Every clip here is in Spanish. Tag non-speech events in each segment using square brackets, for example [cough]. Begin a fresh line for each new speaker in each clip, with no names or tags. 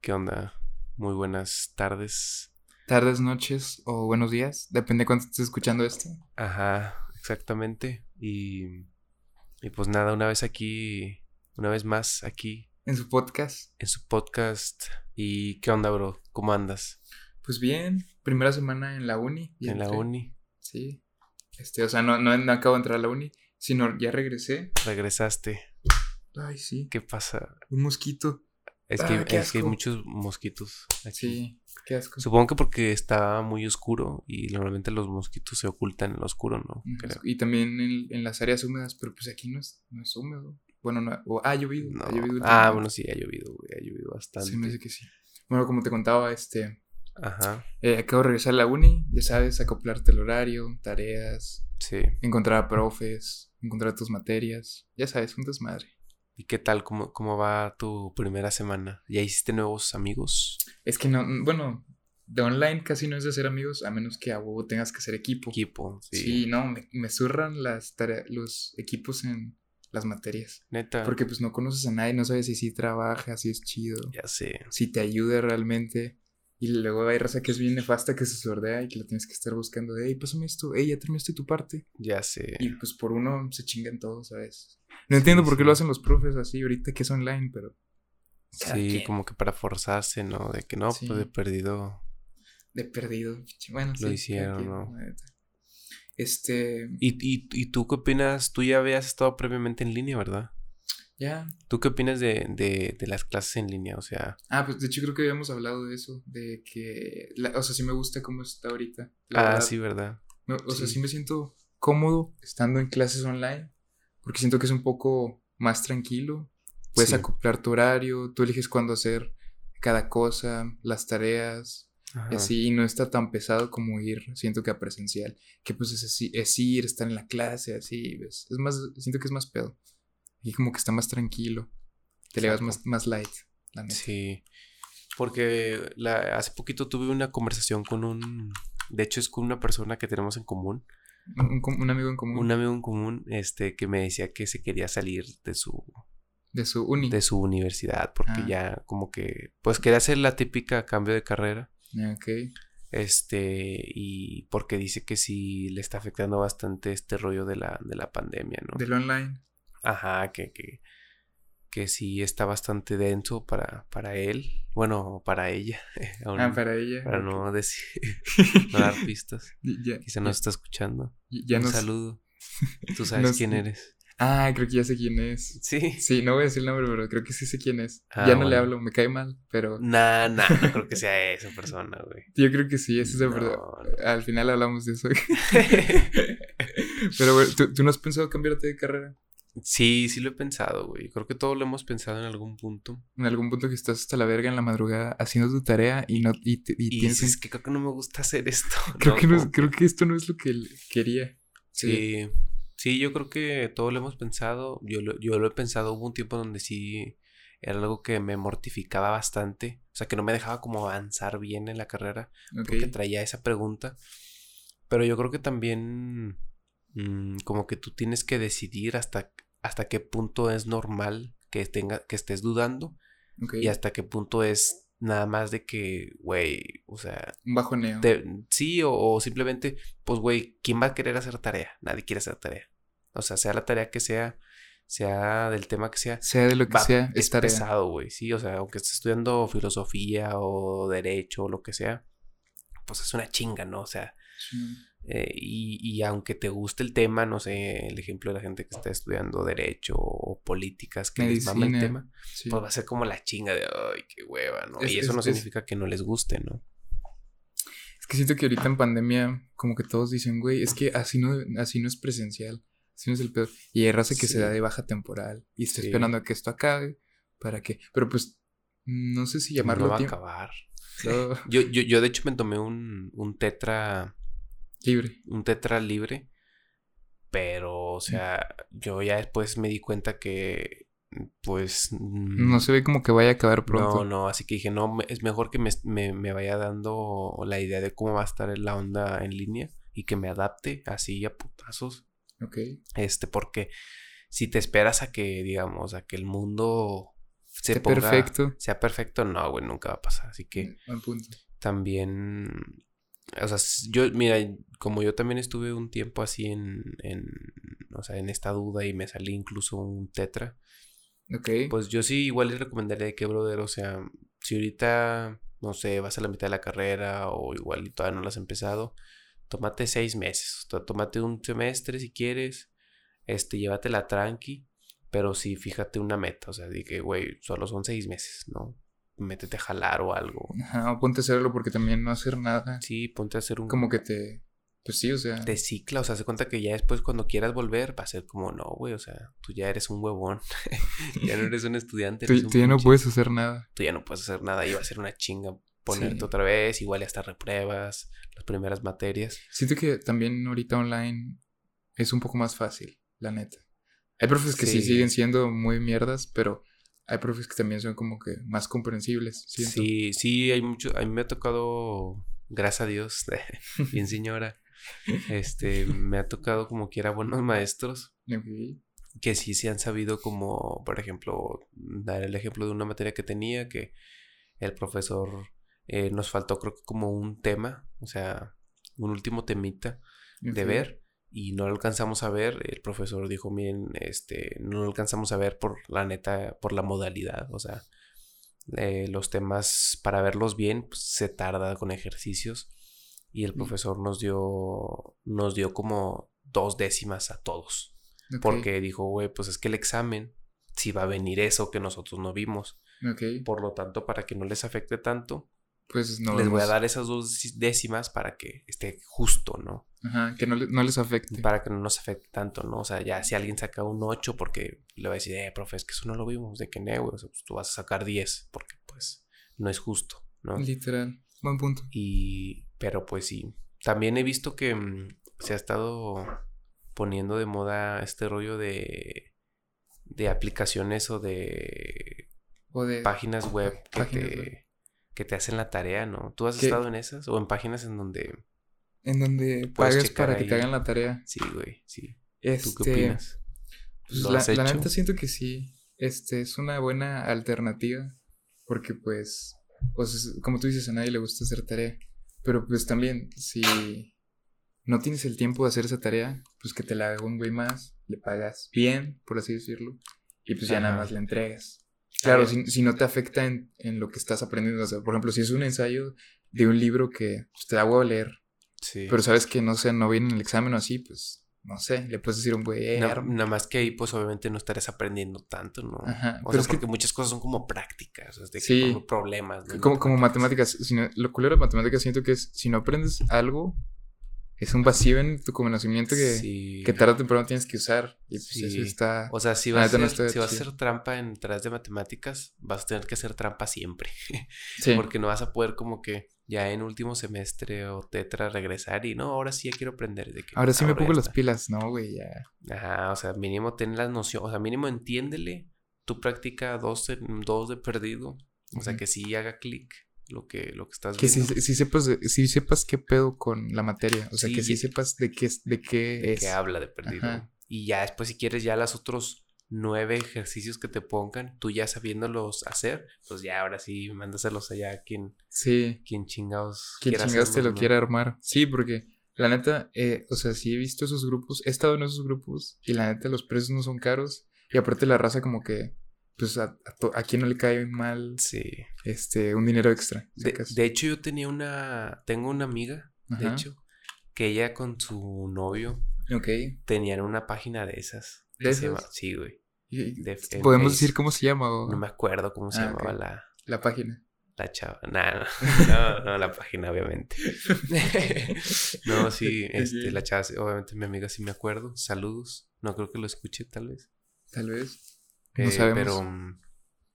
¿Qué onda? Muy buenas tardes.
Tardes, noches o buenos días. Depende cuándo estés escuchando esto.
Ajá, exactamente. Y, y pues nada, una vez aquí, una vez más aquí
En su podcast.
en su podcast. ¿Y qué onda, bro? ¿Cómo andas?
Pues bien, primera semana en la uni. Ya
en la
entré.
uni.
Sí. Este, o sea, no, no, no acabo de entrar a la uni, sino ya regresé.
Regresaste.
Ay, sí.
¿Qué pasa?
Un mosquito.
Es que,
Ah, qué
es que hay
asco.
muchos mosquitos aquí.
Sí, qué asco.
Supongo que porque está muy oscuro y normalmente los mosquitos se ocultan en lo oscuro, ¿no?
Un
Creo.
asco. Y también en, en las áreas húmedas, pero pues aquí no es, no es húmedo. Bueno, no, o ha llovido.
No.
Ha
Ah,
llovido últimamente.
bueno, sí, ha llovido, güey. Ha llovido bastante.
Se me hace que sí. Bueno, como te contaba, este,
Ajá,
eh, acabo de regresar a la uni, ya sabes, acoplarte el horario, tareas,
sí.
encontrar a profes, encontrar tus materias, ya sabes, un desmadre.
¿Y qué tal? ¿Cómo, cómo va tu primera semana? ¿Ya hiciste nuevos amigos?
Es que no, mm, bueno, de online casi no es de hacer amigos, a menos que a huevo tengas que hacer equipo.
Equipo, sí.
Sí, no, me, me zurran las tarea- los equipos en las materias.
Neta.
Porque pues no conoces a nadie, no sabes si sí trabaja, si es chido,
Ya sé.
si te ayuda realmente. Y luego hay raza que es bien nefasta, que se sordea y que lo tienes que estar buscando de, hey, pásame esto, hey, ya terminaste tu parte.
Ya sé.
Y pues por uno se chingan todos, ¿sabes? No
Sí,
entiendo por qué
sí.
lo hacen los profes así ahorita que es online, pero cada
sí,
quien.
como que para forzarse, ¿no? De que no,
Sí.
pues he perdido.
de perdido. pinche- Bueno, sí, cada
hicieron,
quien,
¿no?
la neta. Este,
¿Y, y, y tú qué opinas? Tú ya habías estado previamente en línea, ¿verdad?
ya.
¿Tú qué opinas de, de, de las clases en línea? O sea,
Ah, pues de hecho creo que habíamos hablado de eso, de que, la- o sea, sí me gusta cómo está ahorita. la
ah,
verdad.
sí, ¿verdad?
Me- o sea,
sí.
sí me siento cómodo estando en clases online, porque siento que es un poco más tranquilo. Puedes
Sí.
acoplar tu horario, tú eliges cuándo hacer cada cosa, las tareas,
Ajá.
Y así y no está tan pesado como ir, siento que a presencial, que pues es así, es ir, estar en la clase, así, ¿ves? Es más, siento que es más pedo. Y como que está más tranquilo. Te le vas
Exacto.
más, más light, la neta.
Sí, porque la- hace poquito tuve una conversación con un, de hecho es con una persona que tenemos en común,
Un, un com- un amigo en común
un amigo en común, este, que me decía que se quería salir de su,
de su uni.
de su universidad, porque
Ah.
ya como que, pues quería hacer la típica cambio de carrera,
Ah, ok.
este, y porque dice que sí le está afectando bastante este rollo de la, de la pandemia, ¿no?
Del online.
Ajá, que, que, que sí está bastante denso para, para él, bueno, para ella, [laughs] aún-
Ah, para ella.
para
ok. [laughs]
no decir, [laughs] no dar pistas.
Ya,
Quizá nos está escuchando.
ya- ya
Un
no sé.
saludo.
[laughs]
Tú sabes
nos- [laughs]
quién eres.
Ah, creo que ya sé quién es.
Sí.
Sí, no voy a decir el nombre, pero creo que sí sé quién es.
Ah,
ya no le
bueno.
hablo, me cae mal, pero
Nah, nah, no creo que sea esa persona,
[laughs]
güey.
yo creo que sí, esa es la
No,
verdad.
no.
Al final hablamos de eso. [laughs] Pero bueno, ¿tú, tú no has pensado cambiarte de carrera?
Sí, sí lo he pensado, güey. Creo que todo lo hemos pensado en algún punto.
En algún punto que estás hasta la verga en la madrugada haciendo tu tarea y no y, te- y
Y,
tienes...
dices que creo que no me gusta hacer esto.
[laughs] creo, que no es-
Como
creo que esto no es lo que él quería.
Sí, sí, yo creo que todo lo hemos pensado. Yo lo, yo lo he pensado. Hubo un tiempo donde sí era algo que me mortificaba bastante. O sea, que no me dejaba como avanzar bien en la carrera.
Ok.
Porque traía esa pregunta. Pero yo creo que también mm, como que tú tienes que decidir hasta, hasta qué punto es normal que, tenga, que estés dudando
ok.
y hasta qué punto es nada más de que, güey, o sea,
Un bajoneo.
te- sí o, o simplemente, pues, güey, ¿quién va a querer hacer tarea? Nadie quiere hacer tarea. O sea, sea la tarea que sea, sea del tema que sea,
Sea de lo que
va-
sea,
es
es tarea.
pesado, güey, sí, o sea, aunque estés estudiando filosofía o derecho o lo que sea, pues es una chinga, ¿no? O sea,
Sí.
eh, y, y aunque te guste el tema, no sé, el ejemplo de la gente que está estudiando derecho o políticas, que les mama el
Medicina,
tema,
Sí.
pues va a ser como la chinga de, ay, qué hueva, ¿no?
Es-
y eso
es-
no
es-
significa que no les guste, ¿no?
Es que siento que ahorita en pandemia como que todos dicen, güey, es que así no, así no es presencial. Así no es el peor. Y hay raza que
Sí.
se da de baja temporal y está
Sí.
esperando a que esto acabe para que... Pero pues no sé si llamarlo
no va a
tiempo
acabar.
No,
Yo, yo, yo de hecho me tomé un, un tetra,
[laughs] libre.
un tetra libre, pero, o sea, yo ya después me di cuenta que, pues...
No se ve como que vaya a acabar
No,
pronto.
no, así que dije, no, me- es mejor que me, me- me vaya dando la idea de cómo va a estar la onda en línea y que me adapte así a putazos.
Ok.
Este, porque si te esperas a que, digamos, a que el mundo se
Esté
ponga-
perfecto.
sea perfecto, no, güey, nunca va a pasar. Así que
Eh, Buen punto.
también, o sea, s- yo, mira, como yo también estuve un tiempo así en, en, o sea, en esta duda y me salí incluso un tetra,
Ok.
pues yo sí igual les recomendaría de que, brother, o sea, si ahorita, no sé, vas a la mitad de la carrera o igual y todavía no la has empezado, tómate seis meses, o sea, tómate un semestre si quieres, este, llévatela tranqui, pero sí fíjate una meta, o sea, de que, güey, solo son seis meses, ¿no? Métete a jalar o algo.
Ajá, o ponte a hacerlo porque también no hacer nada.
Sí, ponte a hacer un...
Como que te. Pues sí, o sea. [laughs]
Te cicla, o sea, se cuenta que ya después cuando quieras volver va a ser como, no, güey, o sea, tú ya eres un huevón, [laughs] ya no eres un estudiante.
Tú,
eres un
tú ya no
pinche-
puedes hacer nada.
tú ya no puedes hacer nada y va a ser una chinga ponerte
Sí.
otra vez, igual y hasta repruebas, las primeras materias.
Siento que también ahorita online es un poco más fácil, la neta. Hay profes que sí,
Sí.
siguen siendo muy mierdas, pero hay profes que también son como que más comprensibles. Siento.
Sí, sí, hay mucho, a mí me ha tocado, gracias a Dios, [laughs] bien señora, este, me ha tocado como quiera buenos maestros,
Ok.
que sí se han sabido como, por ejemplo, dar el ejemplo de una materia que tenía que el profesor eh, nos faltó creo que como un tema, o sea, un último temita de
Ok.
ver y no lo alcanzamos a ver. El profesor dijo, miren, este, no lo alcanzamos a ver por la neta, por la modalidad, o sea, eh, los temas para verlos bien pues, se tarda con ejercicios y el
Mm.
profesor nos dio, nos dio como dos décimas a todos.
Ok,
Porque dijo, güey, pues es que el examen, si va a venir eso que nosotros no vimos.
ok,
Por lo tanto, para que no les afecte tanto,
Pues no
les voy a
vemos.
dar esas dos deci- décimas para que esté justo, ¿no?
Ajá, que no, le- no les afecte.
Para que no nos afecte tanto, ¿no? O sea, ya si alguien saca un 8 porque le va a decir, eh, profe, es que eso no lo vimos, de que no, güey, o sea, pues tú vas a sacar 10 porque pues no es justo, ¿no?
Literal. Buen punto.
Y, pero pues sí, también he visto que mm, se ha estado poniendo de moda este rollo de, de aplicaciones o de
O de...
páginas web que,
Páginas
te,
web.
que te hacen la tarea, ¿no? ¿Tú has
Que-
estado en esas o en páginas en donde...
En donde
puedes
pagas
checar
para que te
ahí.
hagan la tarea.
Sí, güey, sí.
Este,
¿Tú qué opinas?
Pues
¿Lo
la,
has
la
hecho?
neta siento que sí. Este es una buena alternativa. Porque pues, pues es- como tú dices, a nadie le gusta hacer tarea. Pero pues también, si no tienes el tiempo de hacer esa tarea, pues que te la haga un güey más, le pagas bien, por así decirlo, y pues ya nada
Ajá.
más le entregas. Claro,
ver.
si, si no te afecta en, en lo que estás aprendiendo. O sea, por ejemplo, si es un ensayo de un libro que pues, te da huevo leer,
Sí.
pero sabes que no sé, no viene en el examen o así, pues no sé, le puedes decir a un güey, eh,
Na-
arma.
nada más que ahí pues obviamente no estarás aprendiendo tanto, ¿no?
Ajá,
O
pero
sea,
es que-
porque muchas cosas son como prácticas, es de que
Sí.
por ejemplo, problemas. ¿no?
Como, como matemáticas, si no- lo culero de matemáticas siento que es, si no aprendes algo, es un vacío en tu conocimiento que,
Sí.
que tarde o temprano tienes que usar. Y pues
Sí.
eso está...
O sea, si
La
vas, a
neta no
hacer,
está
si vas a
chido.
hacer trampa en tras de matemáticas, vas a tener que hacer trampa siempre. [laughs]
sí,
Porque no vas a poder como que ya en último semestre o tetra regresar y no, ahora sí ya quiero aprender. De que,
ahora sí me pongo
ya
las
está".
pilas, ¿no, güey? Ya.
Ajá, o sea, mínimo ten las nociones, o sea, mínimo entiéndele. Tú practica dos, en- dos de perdido. O sea,
Ujú.
que sí haga clic lo que, lo que estás
Que si,
viendo.
si sepas, si sepas qué pedo con la materia. O sea,
Sí,
que sí
y-
sepas de qué, es- de qué
de
es.
que habla de perdido.
Ajá.
Y ya después, si quieres, ya los otros nueve ejercicios que te pongan, tú ya sabiéndolos hacer, pues ya ahora sí mándaselos allá a quien,
Sí.
quien chingados
Quien
quiera
chingados te
hacerlo,
lo
¿no?
quiera armar. Sí, porque la neta, eh, o sea, sí he visto esos grupos, he estado en esos grupos y la neta los precios no son caros. Y aparte la raza como que, pues a, a, to- a quien no le cae mal
Sí.
este, un dinero extra.
De,
sacas.
de hecho, yo tenía una. Tengo una amiga, de
Ajá.
hecho, que ella con su novio
Ok.
tenían una página de esas.
¿De
que se
esas?
llama- sí, güey.
Y-
De- en
Podemos decir
Facebook.
cómo se llama o
No me acuerdo cómo se
Ah,
llamaba
ok.
la,
la página.
la chava. Nah, no,
[laughs]
no, no, la página, obviamente. No, sí, este,
Ok.
la chava, sí, obviamente mi amiga sí me acuerdo. Saludos. No creo que lo escuche, tal vez.
Tal vez.
Eh,
No sabemos.
Pero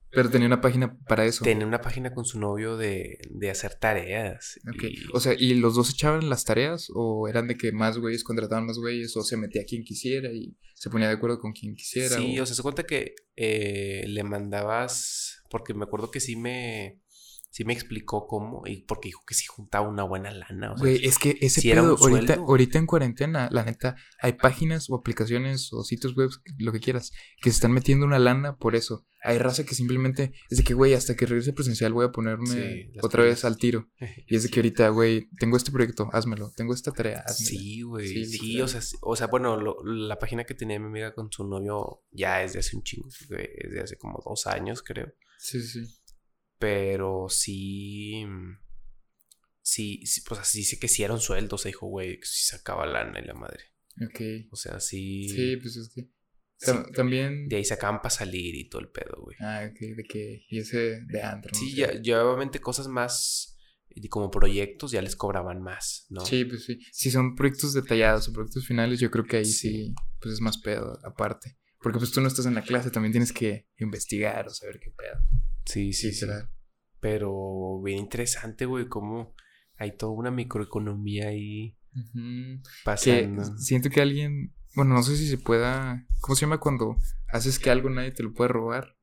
Pero,
mm,
tenía una página para eso.
tenía una página con su novio de, de hacer tareas.
Ok.
y-
O sea, ¿y los dos echaban las tareas? ¿O eran de que más güeyes contrataban más güeyes? ¿O se metía quien quisiera y se ponía de acuerdo con quien quisiera?
sí,
o-
o sea, se cuenta que eh, le mandabas. Porque me acuerdo que sí me. sí me explicó cómo y porque dijo que sí juntaba una buena lana. O sea,
Güey, es que ese
si era
pedo,
un
ahorita,
sueldo.
ahorita en cuarentena, la neta, hay páginas o aplicaciones o sitios web, lo que quieras, que se están metiendo una lana por eso. Hay raza que simplemente es de que, güey, hasta que regrese presencial voy a ponerme
Sí, las
otra vez
pilas. [laughs]
al tiro. Y es de que ahorita, güey, tengo este proyecto, házmelo. Tengo esta tarea, házmela.
Sí, güey.
Sí,
Sí,
literal.
o sea, sí- o sea, bueno, lo- la página que tenía mi amiga con su novio ya es de hace un chingo, güey, es de hace como dos años, creo.
Sí, sí, sí.
Pero sí. mm, Sí, sí, pues así dice que sí era un sueldo. O sea, dijo, güey, que sí sacaba lana y la madre.
Ok.
O sea, sí.
Sí, pues es que.
Sí.
tam- También.
De ahí sacaban para salir y todo el pedo, güey.
Ah, ok, de que. Y ese de antro. ¿no?
sí, ya, ya obviamente cosas más. y Como proyectos ya les cobraban más, ¿no?
Sí, pues sí. Si son proyectos detallados o proyectos finales, yo creo que ahí sí,
Sí.
pues es más pedo, aparte. Porque pues tú no estás en la clase, también tienes que investigar o saber qué pedo.
sí, sí. sí.
Literal.
Pero bien interesante, güey, cómo hay toda una microeconomía ahí
Ujú. Que
pasando.
siento que alguien, bueno, no sé si se pueda, ¿cómo se llama cuando haces que algo nadie te lo puede robar?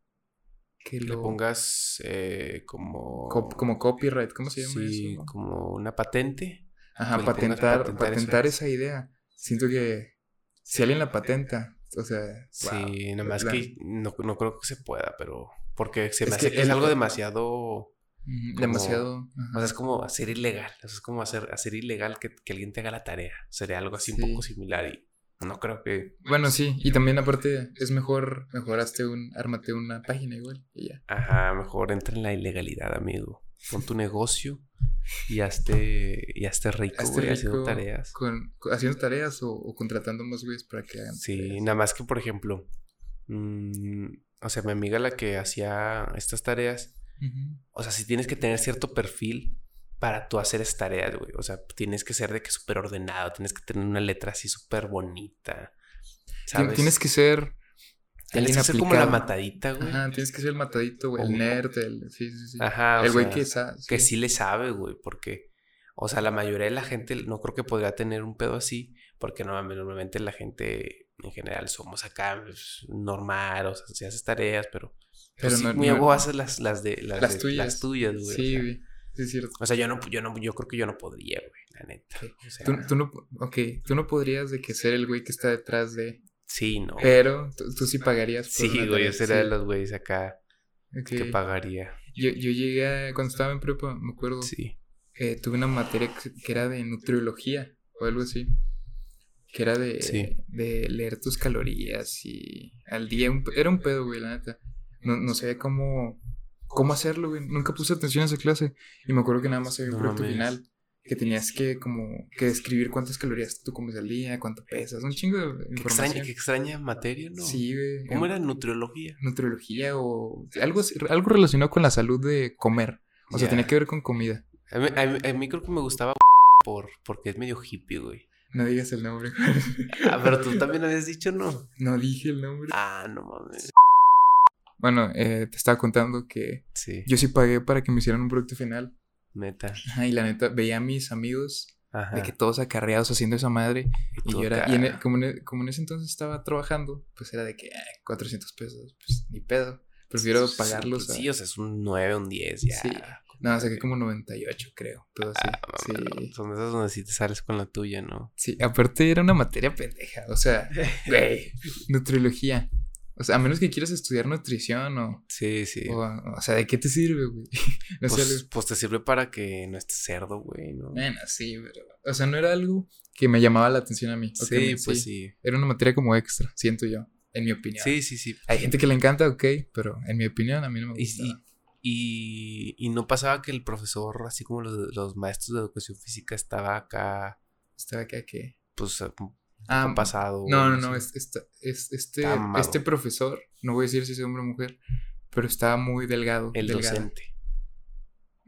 Que
Le
lo
pongas eh, como.
cop- como copyright, ¿cómo se llama
sí,
eso?
como una patente.
Ajá,
que le pongas
patentar, patentar,
patentar
esa idea. Siento que si alguien la patenta, o sea, wow,
sí, nada más
la-
que no, no creo que se pueda, pero. Porque se me
Es
hace
que
que
es
es
la-
algo demasiado.
Ujú,
como-
demasiado. ajá.
O sea, es como hacer ilegal. O sea, es como hacer, hacer ilegal que, que alguien te haga la tarea. Sería algo así
Sí.
un poco similar y no creo que.
Bueno, sí, y también aparte es mejor, mejoraste un, ármate una página igual y ya.
Ajá, mejor entra en la ilegalidad, amigo. Pon tu negocio y hazte, y hazte rico,
Hazte
güey, haciendo
rico
tareas.
Con, con- haciendo tareas o, o contratando más güeyes para que hagan.
Sí,
tareas.
nada más que, por ejemplo, mm, o sea, mi amiga la que hacía estas tareas,
Ujú.
o sea, sí tienes que tener cierto perfil para tú hacer esas tareas, güey. O sea, tienes que ser de que súper ordenado, tienes que tener una letra así súper bonita.
Tien-
¿Sabes?
Tienes que ser.
Tienes
alguien
que ser como la
aplicado.
matadita, güey.
Ajá, tienes que ser el matadito, güey. El
O-
nerd, el. Sí, sí, sí.
Ajá, o
el güey
sea,
que sabe.
que sí le sabe, güey, porque, o sea, la mayoría de la gente no creo que podría tener un pedo así, porque no, normalmente la gente en general somos acá pues, normal, o sea, si haces tareas, pero,
Pero
pues, sí,
no-
muy
no-
a huevo haces las, las de las,
Las
de-
tuyas.
las tuyas, güey. o
Sí,
sea.
güey. Sí, es cierto.
O sea, yo no, yo no, yo creo que yo no podría, güey, la neta. O sea,
Tú, tú no, ok, tú no podrías de que ser el güey que está detrás de.
sí, no.
Pero tú, tú sí pagarías. eh, por una
sí, güey,
tarea,
yo sería de
sí.
los güeyes acá
Ok.
que pagaría.
Yo, yo llegué, a- cuando estaba en prepa, me acuerdo.
Sí.
eh, tuve una materia que que era de nutriología o algo así. Que era de,
Sí.
de leer tus calorías y al día. un- era un pedo, güey, la neta. No, no sabía cómo, cómo hacerlo, güey. Nunca puse atención a esa clase. Y me acuerdo que nada más había un
No
proyecto
mames.
final que tenías que como que describir cuántas calorías tú comes al día, cuánto pesas, un chingo de
Qué extraña,
información.
qué extraña materia, ¿no?
Sí, em, güey.
¿Cómo
en
era nutriología?
Nutriología o algo, así- algo relacionado con la salud de comer. O sea,
Ya.
tenía que ver con comida.
A mí, a mí- a mí creo que me gustaba por, porque es medio hippie, güey.
No digas el nombre. [laughs]
Ah, pero tú también habías dicho no.
No dije el nombre.
Ah, no mames.
Bueno, eh, te estaba contando que
Sí,
yo sí pagué para que me hicieran un proyecto final.
neta.
Ajá, y la neta, veía a mis amigos
Ajá.
de que todos acarreados haciendo esa madre. Y
tú
yo era,
acá.
y en e- como, en e- como en ese entonces estaba trabajando, pues era de que ah, 400 pesos, pues ni pedo. Prefiero
Sí,
pagarlos.
Sí,
a-
o sea, es un 9, un 10, ya. Ah,
Sí. No, saqué como 98, creo. Todo así. sí.
Son esas donde sí te sales con la tuya, ¿no?
Sí, aparte era una materia pendeja. O
[laughs]
sea, güey, nutriología. O sea, a menos que quieras estudiar nutrición o.
Sí, sí.
O, o sea, ¿de qué te sirve, güey? [laughs] No sé, algo-
Pues, pues te sirve para que no estés cerdo, güey, ¿no?
Bueno, sí, pero. O sea, no era algo que me llamaba la atención a mí.
Sí,
ok, me-
pues sí.
Era una materia como extra, siento yo, en mi opinión.
Sí, sí, sí.
Hay gente que le encanta, ok, pero en mi opinión a mí no me
Y,
gusta.
y, y- y no pasaba que el profesor, así como los, los maestros de educación física, estaba acá,
Estaba acá que.
pues,
Ah,
pasado.
No, no,
sé.
no. Es, esta- es- este,
Estaba mamado.
este profesor, no voy a decir si es hombre o mujer, pero estaba muy delgado.
El
delgado.
docente.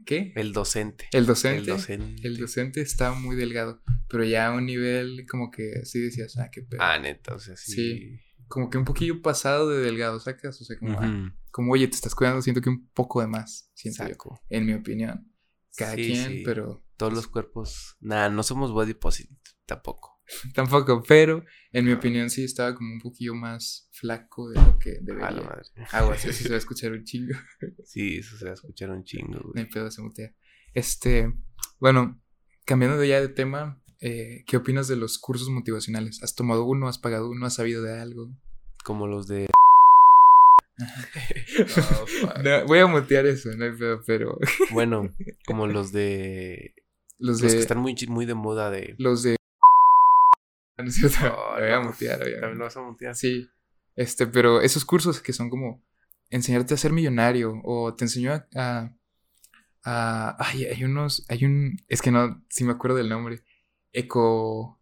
¿Qué?
El docente.
El docente.
El docente.
El docente estaba muy delgado, pero ya a un nivel como que sí decías, ah, qué pedo.
Ah, neta, o sea, sí.
Sí. Como que un poquillo pasado de delgado, sacas, o sea, como,
Ujú,
ah, como, oye, te estás cuidando, siento que un poco de más, siento yo,
saco.
en mi opinión. Cada
Sí,
quien,
sí.
pero [laughs]
Todos los cuerpos. Nah, no somos body positive tampoco.
Tampoco, pero en mi opinión sí estaba como un poquillo más flaco de lo que debería.
A la madre.
Aguas, eso se va a escuchar un chingo. [laughs]
Sí, eso se va a escuchar un chingo, güey.
No hay pedo, se mutea. Este, bueno, cambiando de ya de tema, eh, ¿qué opinas de los cursos motivacionales? ¿Has tomado uno? ¿Has pagado uno? ¿Has sabido de algo?
Como los de.
No, voy a mutear eso, no hay pedo, pero
[laughs] Bueno, como los de.
los
Los,
de...
que están muy, chi- muy de moda
[laughs]
de.
Los de... No es cierto,
Oh,
lo voy
[laughs]
a mutear, obviamente.
También lo vas a mutear.
Sí, este, pero esos cursos que son como enseñarte a ser millonario o te enseñó a, a- a- ay, hay unos, hay un, es que no, si me acuerdo del nombre, eco,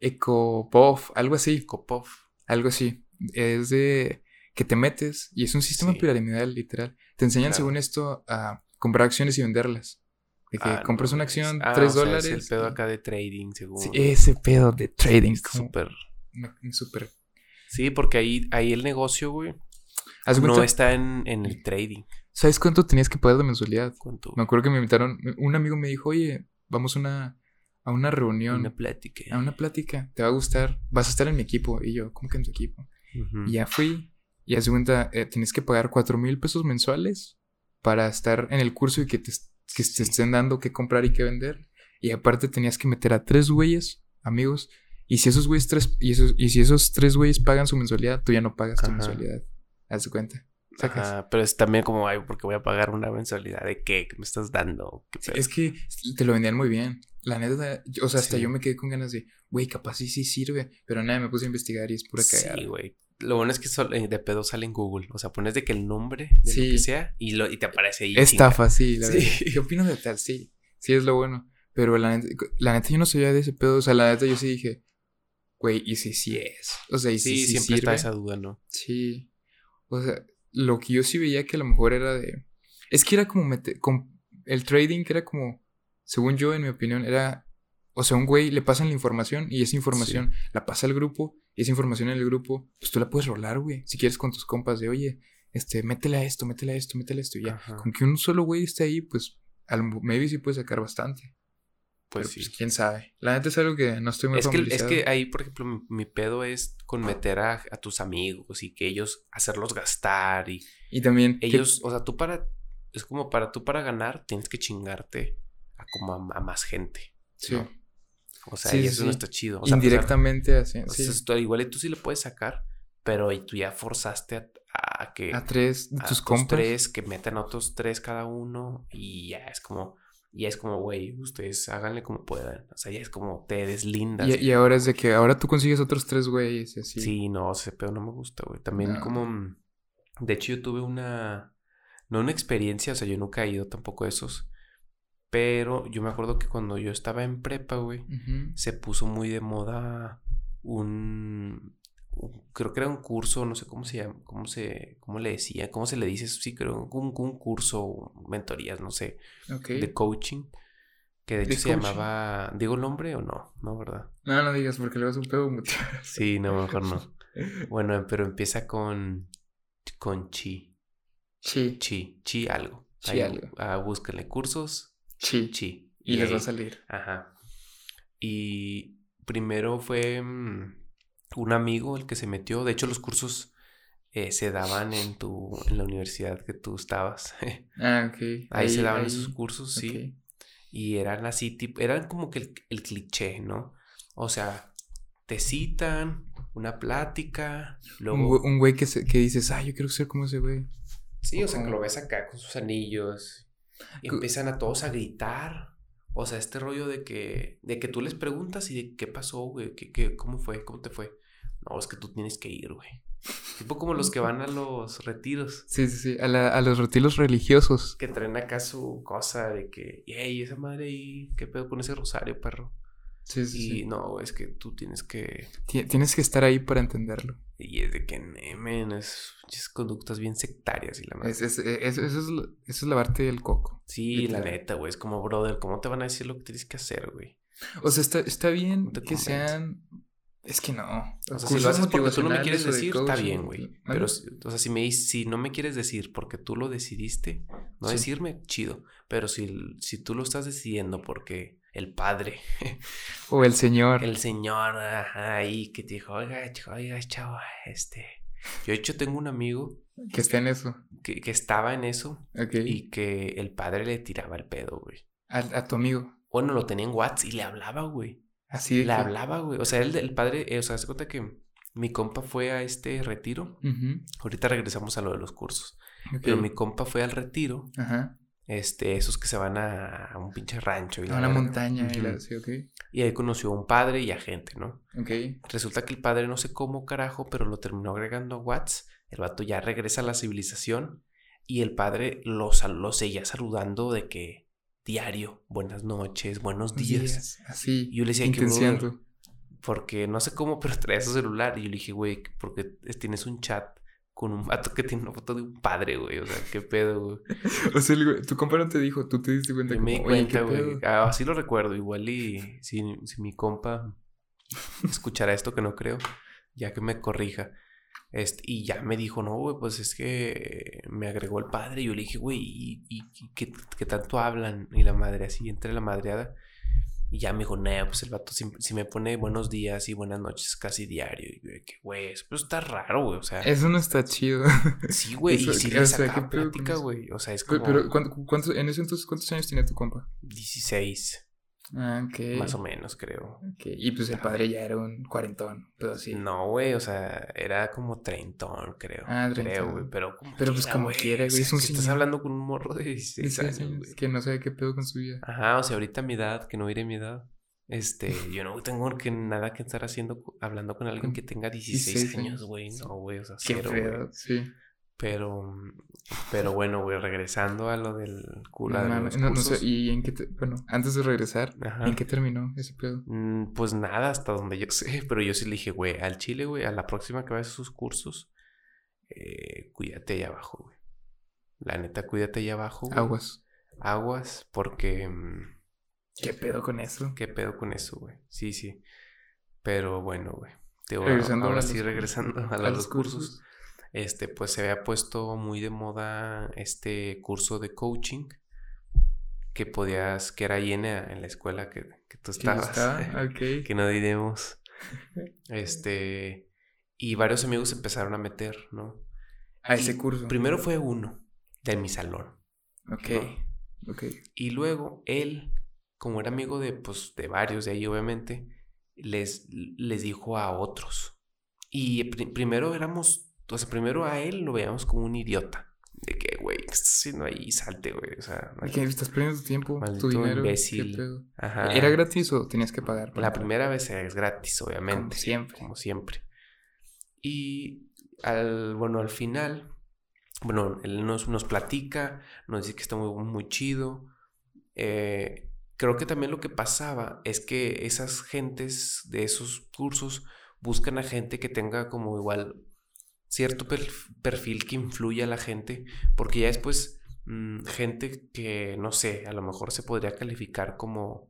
ecopof, algo así,
Copov.
algo así, es de que te metes y es un sistema
Sí.
piramidal, literal, te enseñan
Claro.
según esto a comprar acciones y venderlas, de que
Ah, no
compras una
mames.
acción,
Ah,
tres
o sea, es
dólares,
el pedo
y-
acá de trading, según.
Sí, ese pedo de trading,
Es
como,
súper.
me- súper,
Sí, porque ahí, ahí el negocio, güey,
Haz
no
cuenta-
está en, en el trading.
¿Sabes cuánto tenías que pagar de mensualidad?
¿Cuánto?
Me acuerdo que me invitaron, un amigo me dijo, oye, vamos a una, a una reunión,
Una plática.
a una plática, te va a gustar, vas a estar en mi equipo. Y yo, ¿cómo que en tu equipo?
Ujú.
Y ya fui, y haz de cuenta, eh, tienes que pagar cuatro mil pesos mensuales para estar en el curso y que te, est- que te
Sí.
estén dando qué comprar y qué vender. Y aparte tenías que meter a tres güeyes, amigos, y si esos güeyes tres, y, esos, y si esos tres güeyes pagan su mensualidad, tú ya no pagas tu
Ajá.
mensualidad. Haz de cuenta. Sacas.
Ajá, pero es también como, ay, porque voy a pagar una mensualidad de qué, ¿Qué me estás dando. ¿Qué
Sí,
pedo?
es que te lo vendían muy bien. La neta, yo- o sea, hasta
Sí.
yo me quedé con ganas de, güey, capaz sí, sí sirve. Pero nada, me puse a investigar y es pura cagada.
Sí, güey. Lo bueno es que sol- eh, de pedo sale en Google. O sea, pones de que el nombre de
Sí.
lo que sea y, lo, y te aparece ahí. chinga.
Estafa, sí, la
Sí.
verdad. ¿Qué opinas de tal? Sí, sí es lo bueno. Pero la neta, la neta yo no sabía de ese pedo. O sea, la neta yo sí dije, güey, y si sí es. O sea, y
Sí,
si sí,
siempre está
sirve.
esa duda, ¿no?
Sí. O sea, lo que yo sí veía que a lo mejor era de. Es que era como meter. com- el trading era como. Según yo, en mi opinión, era. O sea, un güey le pasan la información y esa información la pasa al grupo y esa información en el grupo, pues tú la puedes rolar, güey. Si quieres con tus compas de, oye, este, métele a esto, métele a esto, métele a esto y ya.
Ajá. pues
Con que un solo güey esté ahí, pues, al, maybe sí puedes sacar bastante.
Pues
pero
sí.
pues quién sabe. La neta es algo que no estoy muy
Es que, es
familiarizado.
que ahí, por ejemplo, mi, mi pedo es con meter a, a tus amigos y que ellos hacerlos gastar y
Y también. que-
ellos, o sea, tú para, es como para tú para ganar tienes que chingarte a como a, a más gente.
sí,
no, O sea,
Sí,
y
sí,
eso no
sí.
está chido. O sea, a pesar- Pues
indirectamente así.
o
sí.
sea, tú- igual y tú sí le puedes sacar, pero y tú ya forzaste a, a que
a tres de
a
tus
otros
compas.
tres que metan a otros tres cada uno y ya es como ya es como güey, ustedes háganle como puedan. O sea, ya es como te deslindas.
Y, y ahora es de que ahora tú consigues otros tres güeyes y así.
Sí, no, ese pedo no me gusta, güey. También
No.
como... mm, De hecho, yo tuve una... No una experiencia, o sea, yo nunca he ido tampoco a esos. Pero yo me acuerdo que cuando yo estaba en prepa, güey,
Ujú.
se puso muy de moda un... un- Creo que era un curso, no sé cómo se llama, cómo se, cómo le decía, cómo se le dice, eso, sí, creo, un, un curso, mentorías, no sé,
Ok.
de coaching, que de
De
hecho se
coaching.
llamaba, digo el nombre o no, no, ¿verdad?
No, no digas porque le vas un pedo mutear.
Sí, no, mejor no. Bueno, pero empieza con con chi,
[laughs] Sí,
chi, chi algo.
Chi
Ahí,
algo.
ah, búsquenle cursos,
sí.
chi.
Y, les va a
ahí-
salir.
Ajá. Y primero fue mm, un amigo el que se metió. De hecho, los cursos eh, se daban en tu en la universidad que tú estabas. [laughs] Ahí,
Ah, ok. Ahí,
se daban
ahí,
esos cursos, sí.
ok.
Y eran así, tipo, eran como que el, el cliché, ¿no? O sea, te citan, una plática,
Un,
luego...
güe- un güey que, se- que dices, ah, yo quiero ser como ese güey.
Sí, o sea, que
Ujú.
lo ves acá con sus anillos. Y
Cu-
empiezan a todos a gritar. O sea, este rollo de que, de que tú les preguntas y de qué pasó, güey, qué, qué- cómo fue, cómo te fue. No, es que tú tienes que ir, güey. Tipo como los que van a los retiros,
Sí, sí, sí. A, la- a los retiros religiosos.
que traen acá su cosa de que, hey, esa madre ahí, qué pedo con ese rosario, perro.
Sí,
Y
sí, sí.
no, es que tú tienes que.
Ti- Tienes que estar ahí para entenderlo.
Y es de que, nemen, es, es conductas bien sectarias y la madre.
Es, es, es- eso, es, lo- eso es lavarte el coco.
Sí, la
literal.
neta, güey, es como, brother, ¿cómo te van a decir lo que tienes que hacer, güey?
O sea, está, está bien
No te
que
convence.
sean. Es que no.
O sea, si lo
Cursos
haces porque tú no me quieres
motivacionales o de
decir, está
coaching,
bien, güey.
¿vale?
Pero, si- o sea, si me dices- si no me quieres decir porque tú lo decidiste, no
Sí.
decirme, chido. Pero si, si tú lo estás decidiendo porque el padre, [laughs]
O el señor.
el señor ajá, ahí que te dijo, oiga, ch- oiga, chavo, este. Yo de hecho tengo un amigo
Que está en eso.
que, que estaba en eso
Ok.
y que el padre le tiraba el pedo, güey.
A, a tu amigo.
Bueno, lo tenía en WhatsApp y le hablaba, güey.
Así de
Le
que-
hablaba, güey. O sea, él, el padre, eh, o sea, se cuenta que mi compa fue a este retiro.
Ujú,
Ahorita regresamos a lo de los cursos.
ok.
Pero mi compa fue al retiro.
Ajá.
Este, esos que se van a, a un pinche rancho. Y
A
la
una
verga.
montaña. y la-
Ujú.
sí, ok.
Y ahí conoció a un padre y a gente, ¿no?
Ok.
Resulta que el padre no sé cómo carajo, pero lo terminó agregando a Watts. El vato ya regresa a la civilización y el padre lo, sal- lo seguía saludando de que diario, buenas noches, buenos días.
Así.
Y yo le decía que, brother,
Intenciando.
porque no sé cómo, [laughs] pero traía su celular. Y yo le dije, güey, porque tienes un chat con un vato que tiene una foto de un padre, güey. O sea, qué pedo, güey.
O sea, el güey- tu compa no te dijo, tú te diste cuenta.
Yo me di
como, "Oye, ¿qué
cuenta, güey.
pedo?".
Ah, Así lo recuerdo. Igual y si, si mi compa escuchará esto, que no creo, ya que me corrija. Este, y ya me dijo, no, güey, pues es que me agregó el padre. Y yo le dije, güey, ¿y, y- y qué, qué tanto hablan? Y la madre, así, entre la madreada. Y ya me dijo, no, pues el vato si, me pone buenos días y buenas noches casi diario. Y yo de que, güey, eso pues está raro, güey. O sea,
Eso no
[laughs]
está chido.
sí, güey.
Eh, eso-
Y sí
o
le
sea, ¿qué
sacaba
pedo con
plática,
eso?
güey. O sea, es
Güey,
como
Pero, ¿cuánto, cuánto- en ese entonces, ¿cuántos años tenía tu compa?
16,
Ah, ok.
más o menos, creo.
Ok, Y pues el padre ya era un cuarentón, pero así.
No, güey, o sea, era como treintón, creo.
Ah,
Creo,
treintón.
güey, pero como
Pero pues como quiera, güey,
o sea,
es un
que Estás
señor.
hablando con un morro de 16
Dice,
años,
"Sí,
güey.
es que no sabe qué pedo con su vida.
Ajá, o sea, ahorita a mi edad, que no iré a mi edad, este, yo no tengo que nada que estar haciendo, cu- hablando con alguien que tenga 16,
16
años,
Mm, años,
güey.
sí.
No, güey, o sea,
Qué
cero,
pedo,
güey.
sí.
Pero, pero bueno, güey, regresando a lo del cura
No
de
mames,
los
no- no sé,
cursos.
y en qué, te- bueno, antes de regresar,
Ajá.
¿en qué terminó ese pedo?
Mm, Pues nada, hasta donde yo [laughs] sé, pero yo sí le dije, güey, al Chile, güey, a la próxima que vayas a sus cursos, eh, cuídate ahí abajo, güey. La neta, cuídate ahí abajo. güey.
Aguas.
Aguas, porque... mm,
¿Qué pedo con eso?
¿Qué pedo con eso, güey? Sí, sí. Pero bueno, güey. Te voy
Regresando
ahora
a
sí,
los-
regresando [laughs] a, los, cursos. Este, pues se había puesto muy de moda este curso de coaching que podías, que era ahí en la, en la escuela que, que tú
Que
estabas [laughs]
está, ok.
que no diremos. Este, y varios amigos se empezaron a meter, ¿no?
A ese
Y
curso.
Primero fue uno de mi salón.
Ok,
¿no?
ok.
Y luego él, como era amigo de, pues, de varios de ahí, obviamente, les, les dijo a otros. Y pri- primero éramos, o sea, primero a él lo veíamos como un idiota. De que, güey, ¿qué estás haciendo ahí? Salte, güey. O sea,
¿Y qué? estás perdiendo tu tiempo,
Maldito
tu dinero. ¿Qué
imbécil.
pedo?
ajá.
¿Era gratis o tenías que pagar?
La primera vez es gratis, obviamente.
Como siempre.
como siempre. Y al, bueno, al final, bueno, él nos, nos platica, nos dice que está muy, muy chido. Eh, creo que también lo que pasaba es que esas gentes de esos cursos buscan a gente que tenga como igual cierto perf- perfil que influya a la gente, porque ya después mm, gente que, no sé, a lo mejor se podría calificar como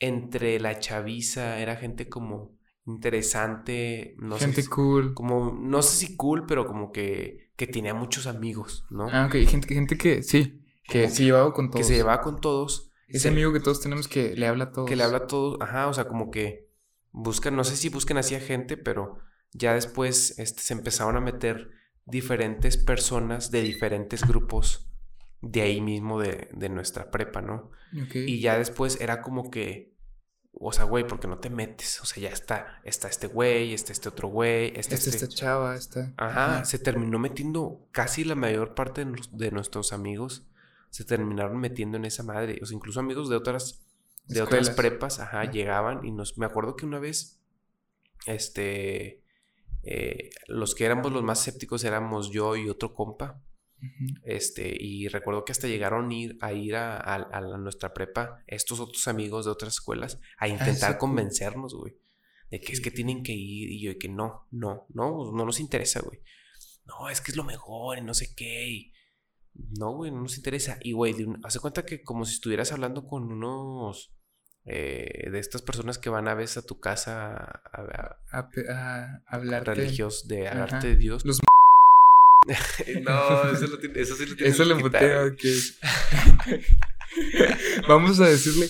entre la chaviza, era gente como interesante, no sé
Gente
si-
cool.
como no sé si cool, pero como que que tenía muchos amigos, ¿no?
Ah, ok. Gente, gente que, sí, que
Como
se llevaba con todos.
que se llevaba con todos,
Ese
se-
amigo que todos tenemos que le habla a todos.
que le habla a todos, ajá, o sea, como que buscan, no sé si buscan así a gente, pero ya después este, se empezaron a meter diferentes personas de diferentes grupos de ahí mismo de, de nuestra prepa, ¿no?
Ok.
Y ya después era como que, o sea, güey, porque no te metes? O sea, ya está, está este güey, está este otro güey, está este...
Esta, esta chava, esta.
Ajá, se terminó metiendo casi la mayor parte de, nos- de nuestros amigos. Se terminaron metiendo en esa madre. O sea, incluso amigos de otras, de otras
Escuelas.
prepas, ajá,
Ajá.
llegaban y nos... Me acuerdo que una vez, este... eh, los que éramos los más escépticos éramos yo y otro compa.
Ujú.
Este, y recuerdo que hasta llegaron ir, a ir a, a- a la- nuestra prepa, estos otros amigos de otras escuelas, a intentar
Ah, sí.
convencernos, güey. De que es que tienen que ir. Y yo, de que no, no, no, no nos interesa, güey. No, es que es lo mejor y no sé qué. y- No, güey, no nos interesa. Y, güey, de un- hace cuenta que como si estuvieras hablando con unos eh, de estas personas que van a veces a tu casa a, a-
A, pe- a
a
hablarte.
religios de
Ajá.
hablarte de Dios.
Los
[laughs] no, eso, lo tiene- eso sí lo tienes
Eso
que
lo
quitar,
muteo, ok. Vamos a decirle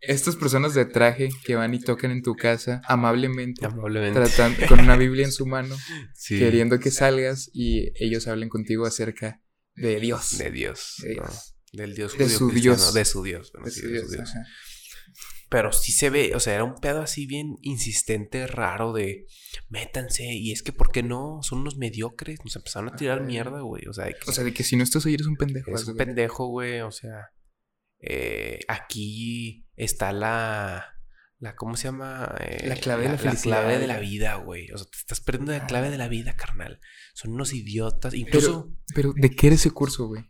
Estas personas de traje que van y tocan en tu casa amablemente,
Amablemente.
tratando, con una Biblia
[laughs]
en su mano,
Sí.
queriendo que salgas y ellos hablen contigo acerca de Dios.
De Dios.
De
¿no?
Dios.
Del Dios
De
judío
su
cristiano,
Dios.
De su Dios. bueno,
De
sí,
su
de su
Dios,
Dios.
ajá.
Pero sí se ve, o sea, era un pedo así bien insistente, raro de métanse. Y es que, ¿por qué no? Son unos mediocres. Nos empezaron a tirar
Ajá.
mierda, güey. O sea, de que
O sea, de que si no estás ahí eres un pendejo.
eres
haz de
un
cuenta.
pendejo, güey. O sea, eh, aquí está la. La, ¿Cómo se llama? Eh,
La clave de la
La clave
felicidad.
de la vida, güey. O sea, te estás perdiendo la clave de la vida, carnal. Son unos idiotas.
Pero,
Incluso.
Pero, ¿de qué era ese curso, güey?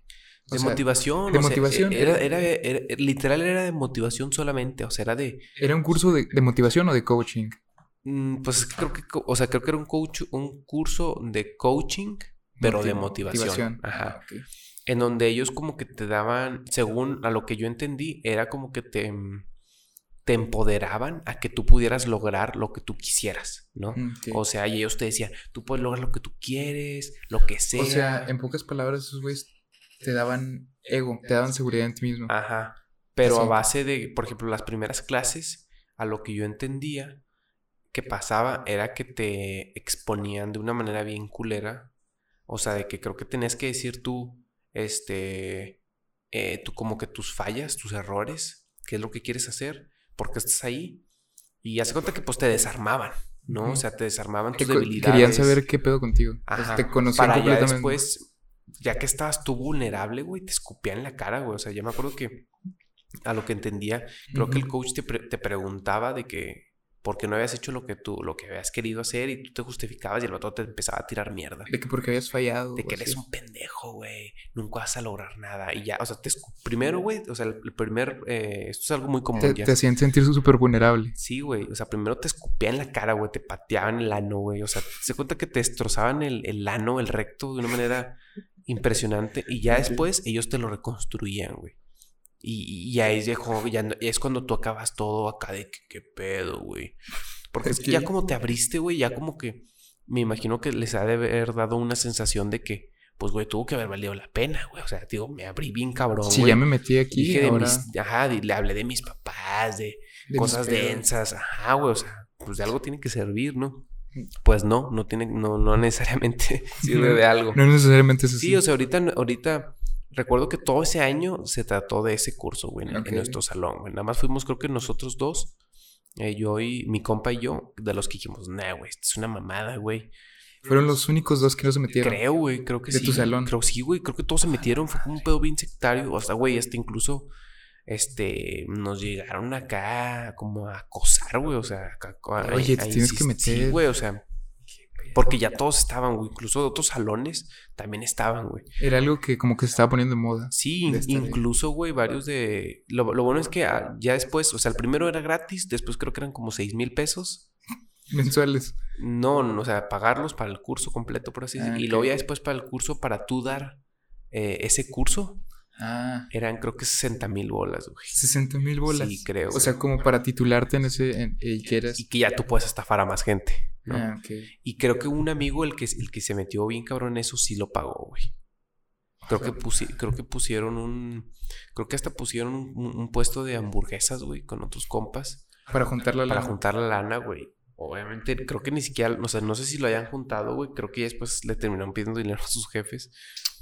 O
De
sea,
motivación.
de
o sea, e-,
motivación.
era, era- era- era- literal era de motivación solamente. O sea, era de.
¿Era un curso de, de motivación o de coaching?
mm, Pues es que creo que. co- O sea, creo que era un, coach, un curso de coaching, pero de
Motiv-
motivación. Ajá.
Ah, ok.
En donde ellos como que te daban, según a lo que yo entendí, era como que te, mm, te empoderaban a que tú pudieras lograr lo que tú quisieras, ¿no?
Mm, ok.
O sea, y ellos te decían, tú puedes lograr lo que tú quieres, lo que sea.
O sea, en pocas palabras, esos güeyes te daban ego, te daban seguridad en ti mismo.
Ajá. Pero a
Sí.
base de, por ejemplo, las primeras clases, a lo que yo entendía que pasaba era que te exponían de una manera bien culera. O sea, de que creo que tenías que decir tú, este, eh, tú como que tus fallas, tus errores, qué es lo que quieres hacer, por qué estás ahí. Y hace cuenta que pues te desarmaban, ¿no? O
Ujú.
sea, te desarmaban
Que
tus
co-
debilidades.
Querían saber qué pedo contigo. O sea,
Ajá.
te conocían
Para ya
Este, completamente.
después, ya que estabas tú vulnerable, güey, te escupían en la cara, güey. O sea, yo me acuerdo que a lo que entendía, creo que el
Ujú.
coach te, pre- te preguntaba de que por qué no habías hecho lo que tú, lo que habías querido hacer y tú te justificabas y el otro te empezaba a tirar mierda.
De que pues, porque habías fallado.
De
o
que eres
así.
un pendejo, güey. Nunca vas a lograr nada. Y ya, o sea, te escu- primero, güey, o sea, el, el primer, eh, esto es algo muy común
Te,
ya.
te hacían sentir súper vulnerable.
Sí, güey. O sea, primero te escupían en la cara, güey. Te pateaban el ano, güey. O sea, se cuenta que te destrozaban el, el ano, el recto, de una manera impresionante. Y ya
Ok.
después ellos te lo reconstruían, güey. Y, y ahí es, dejó- ya no- es cuando tú acabas todo acá de que, qué pedo, güey. Porque es que ya
Ok.
como te abriste, güey, ya como que me imagino que les ha de haber dado una sensación de que, pues, güey, tuvo que haber valido la pena, güey. O sea, digo, me abrí bien cabrón,
si
güey.
ya me metí aquí,
Dije de
ahora,
mis, ajá, di- le hablé de mis papás, de,
de mis
cosas
pedos.
densas, ajá, güey, o sea, pues de algo tiene que servir, ¿no?
Mm.
Pues no, no tiene, no, no necesariamente [laughs] sirve de algo.
No necesariamente es así.
Sí, o sea, ahorita, ahorita, recuerdo que todo ese año se trató de ese curso, güey, en, en
Ok.
nuestro salón, güey. Nada más fuimos, creo que nosotros dos, eh, yo y mi compa y yo, de los que dijimos, nah, güey, esto es una mamada, güey.
Fueron los únicos dos que no se metieron.
Creo, güey, creo que
De
sí.
tu salón.
Creo sí, güey, creo que todos se metieron, fue como un pedo bien sectario, o sea, güey, hasta incluso este nos llegaron acá como a acosar, güey, o sea, acá- a-
Oye,
a-
te
a
tienes que
insist- Sí,
meter.
güey, o sea, porque ya todos estaban, güey, incluso de otros salones también estaban, güey.
Era algo que como que se estaba poniendo de moda.
Sí,
De
in-
estar ahí.
incluso, güey, varios de lo, lo bueno es que ah, ya después, o sea, el primero era gratis, después creo que eran como seis mil pesos.
Mensuales.
No, no, o sea, pagarlos para el curso completo, por así
Ah,
decirlo. Y
ok.
luego ya después para el curso, para tú dar eh, ese curso,
Ah.
eran creo que 60 mil bolas, güey.
60 mil bolas.
Sí, creo,
O sea,
güey.
como para titularte en ese. en- y que eras.
Y que ya tú puedes estafar a más gente, ¿no?
Ah, ok.
Y creo que un amigo, el que, el que se metió bien cabrón en eso, sí lo pagó, güey. Creo que, pusi- creo que pusieron un... Creo que hasta pusieron un, un- un puesto de hamburguesas, güey, con otros compas.
Para juntarla a la.
Para juntar la lana, güey. Obviamente, creo que ni siquiera... O sea, no sé si lo hayan juntado, güey. Creo que ya después le terminaron pidiendo dinero a sus jefes.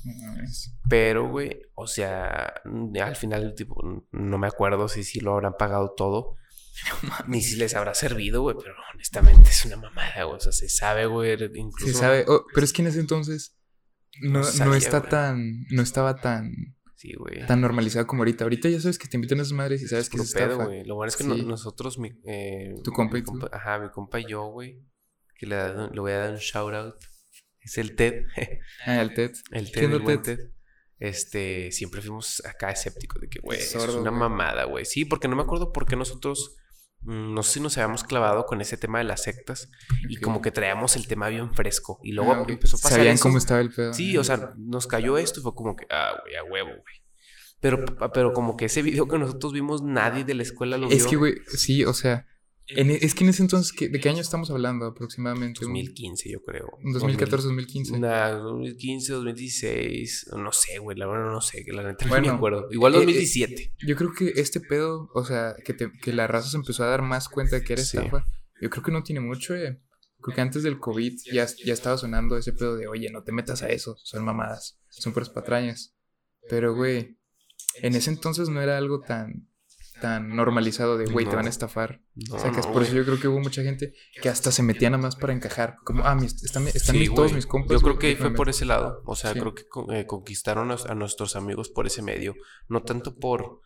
No mames.
Pero, güey, o sea, mm, al final, tipo, n- no me acuerdo si sí lo habrán pagado todo. Ni si les habrá servido, güey, pero honestamente es una mamada, güey. O sea, se sabe, güey. re- Incluso, este,
Se sabe. Oh, pero es que en ese entonces no,
No
no,
sabía,
está
güey.
tan. No estaba tan.
Sí, güey.
Tan normalizado como ahorita. Ahorita ya sabes que te invitan a esas madres y sabes que
Puro
es
pedo,
estafa.
güey. Lo bueno es que no-
Sí.
nosotros, mi, eh,
Tu compa
mi
y tú.
ajá, mi compa y yo, güey, que le, da- le voy a dar un shout out. Es el TED.
Ah, el TED.
El
¿Qué
TED,
onda
el buen
TED?
TED. Este, siempre fuimos acá escépticos de que, güey, eso es
Sordo,
una
güey.
mamada, güey. Sí, porque no me acuerdo por qué nosotros, mm, no sé si nos habíamos clavado con ese tema de las sectas y
Ok.
como que traíamos el tema bien fresco. Y luego
Ah, ok.
empezó a pasar
Sabían
eso.
cómo estaba el pedo.
Sí, o sea, nos cayó esto y fue como que, ah, güey, a huevo, güey. ah, Pero, pero como que ese video que nosotros vimos, nadie de la escuela lo vio.
Es que, güey, sí, o sea, En-
Eh,
es que en ese entonces, ¿qué- ¿de qué año estamos hablando aproximadamente?
2015, yo creo.
Un 2014, 2015.
Nah, 2015, 2016, no sé, güey, la verdad no sé, que la neta no
Bueno,
me acuerdo. Igual
eh, eh,
2017.
Yo creo que este pedo, o sea, que, te- que la raza se empezó a dar más cuenta de que era
Sí.
estafa, yo creo que no tiene mucho, eh. Creo que antes del COVID ya, ya estaba sonando ese pedo de, oye, no te metas a eso, son mamadas, son puras patrañas. Pero, güey, en ese entonces no era algo tan, tan normalizado de, güey, te
No.
van a estafar.
No,
O sea, que es
no,
por
güey.
eso yo creo que hubo mucha gente que hasta se metía nada más para encajar. Como, ah, mis- están, están
Sí,
mis- todos
güey.
mis compas.
Yo creo
güey,
que fue
déjame
por
meto".
ese lado. O sea,
Sí.
creo que con- eh, conquistaron a, a nuestros amigos por ese medio. No tanto por,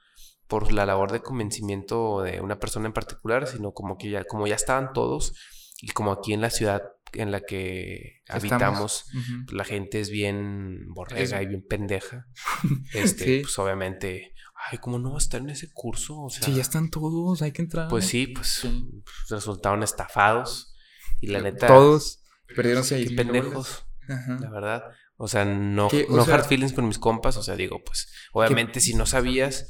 por la labor de convencimiento de una persona en particular, sino como que ya, como ya estaban todos y como aquí en la ciudad en la que
Estamos.
habitamos,
Ujú.
la gente es bien borrega
Es-
y bien pendeja.
[laughs]
Este,
Sí.
pues obviamente, ay, ¿cómo no va a estar en ese curso? O sea,
Sí, ya están todos, hay que entrar.
pues sí, pues
Sí.
resultaron estafados y la neta,
Todos perdieron
qué
seis mil bolas.
pendejos.
Ajá.
La verdad. O sea, no,
Que, o
no
sea-
hard feelings con mis compas. O sea, digo, pues, obviamente, si
[laughs]
no sabías,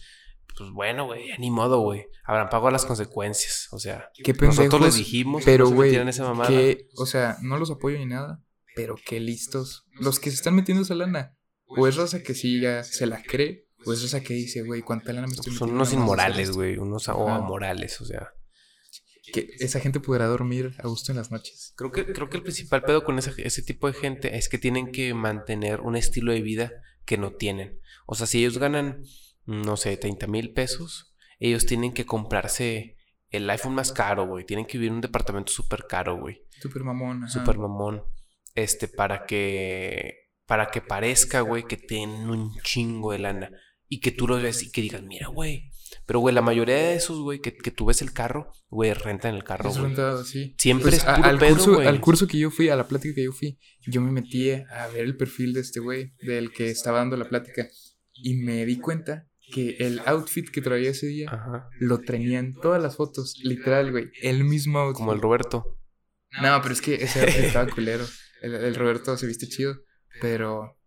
pues bueno, güey, ya ni modo, güey. Habrán pagado las consecuencias. O sea,
Qué
nosotros les
pendejos.
dijimos que
Pero,
no se
güey,
metieran en esa mamada.
que, o sea, no los apoyo ni nada, pero qué listos. Los que se están metiendo esa lana, o es raza que sí ya se la cree, o es raza que dice, güey, cuánta lana me estoy metiendo.
pues, Son unos
nada más de
inmorales,
hacer esto?".
güey. Unos a- o
Ajá.
amorales, o sea.
Que esa gente podrá dormir a gusto en las noches.
Creo que, creo que el principal pedo con ese, ese tipo de gente es que tienen que mantener un estilo de vida que no tienen. O sea, si ellos ganan, no sé, 30 mil pesos, ellos tienen que comprarse el iPhone más caro, güey. Tienen que vivir en un departamento súper caro, güey.
Super mamón. ajá.
Súper mamón. Este, para que. Para que parezca, güey, que tienen un chingo de lana. Y que tú los ves y que digas, mira, güey. Pero, güey, la mayoría de esos, güey, que, que tú ves el carro, güey, rentan el carro,
Es
güey.
rentado, sí.
Siempre
Pues,
es
a-
puro
al,
pedo,
curso,
güey.
al curso que yo fui, a la plática que yo fui, yo me metí a ver el perfil de este güey, del que estaba dando la plática, y me di cuenta que el outfit que traía ese día
Ajá.
lo tenían todas las fotos, literal, güey, el mismo outfit.
Como el Roberto.
No, pues pero es que ese outfit [laughs] estaba culero. El, el Roberto se viste chido, pero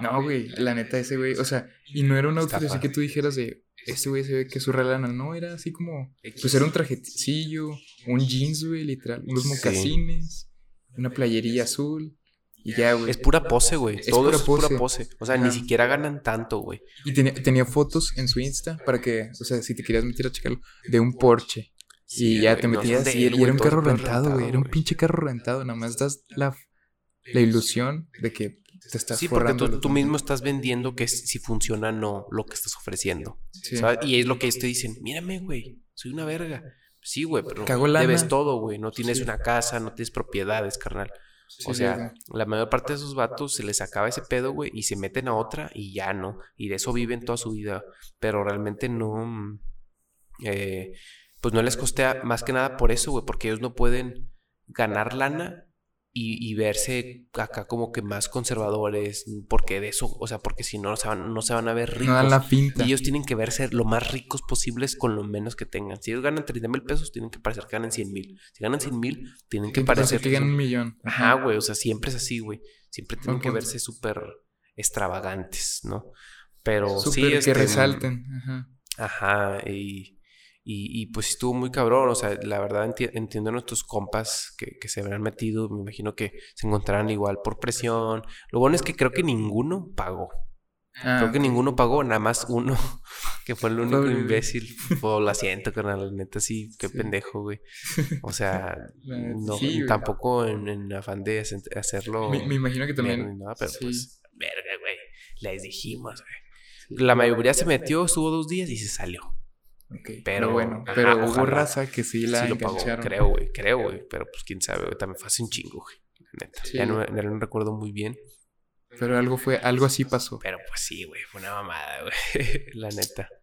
no, güey, la neta ese güey, o sea, y no era un outfit
Estafa.
así que tú dijeras de este güey se ve que es su relana, no, era así como pues era un trajecillo, un jeans, güey, literal, unos
Sí.
mocasines, una playería azul y ya, güey.
Es pura pose, güey.
Es
Todo
pura
es pura
pose.
pose. O sea,
Ajá.
ni siquiera ganan tanto, güey.
Y tenía, tenía fotos en su Insta para que, o sea, si te querías meter a checarlo, de un Porsche. Y
Sí,
ya
güey,
te
no son
metías
de
y
él,
era, y
güey,
era un
todo es
carro
puro
rentado, güey.
rentado,
Era un
güey.
pinche carro rentado. Nada más das la, la ilusión de que te estás
Sí, porque
forrando
tú,
los
tú
dos.
mismo estás vendiendo que si si funciona no lo que estás ofreciendo.
Sí.
¿sabes? Y es lo que ellos te dicen, mírame, güey, soy una verga. Sí, güey, pero
Cago lana.
debes todo, güey. No tienes
Sí.
una casa, no tienes propiedades, carnal.
Sí,
O
sí,
sea,
sí.
la mayor parte de esos vatos se les acaba ese pedo, güey, y se meten a otra y ya no. Y de eso viven toda su vida. Pero realmente no. mm, eh, pues no les costea más que nada por eso, güey, porque ellos no pueden ganar lana y, y verse acá como que más conservadores, porque de eso, o sea, porque si no, no se van, no se van a ver ricos.
no dan la finta.
Y ellos tienen que verse lo más ricos posibles con lo menos que tengan. Si ellos ganan 30 mil pesos, tienen que parecer que ganan 100 mil. Si ganan 100 mil, tienen que
Tienen que parecer
parecer
que ganan un millón.
Ajá, güey, o sea, siempre es así, güey. Siempre tienen que
punto.
verse súper extravagantes, ¿no? Pero sí,
Súper
este,
que resalten. Ajá.
Ajá, y, y, y, pues estuvo muy cabrón, o sea, la verdad enti- entiendo a nuestros compas que, que se habrán metido, me imagino que se encontrarán igual por presión. Lo bueno es que creo que ninguno pagó,
Ah,
creo que ninguno pagó, nada más uno, [laughs] que fue el único
Pobre güey. [laughs]
imbécil, por lo siento, carnal, la neta sí, qué
Sí.
pendejo, güey. O sea,
[laughs] la neta,
no,
sí, güey.
tampoco en, en afán de hacer- hacerlo.
Me, me imagino que
mero
también.
ni nada, pero
sí.
pues, verga, güey. Les dijimos, güey. La mayoría se metió, estuvo dos días y se salió.
Ok,
Pero,
Pero bueno,
ajá,
pero hubo
ojalá.
raza que sí la
sí lo pagó,
engancharon.
creo, güey. Creo, güey. Pero pues quién sabe, güey. También fue hace un chingo, güey. la Neta.
Sí.
Ya, no, ya no recuerdo muy bien.
Pero algo fue, algo así pasó.
Pero pues sí, güey. [laughs] Fue una mamada, güey. la neta.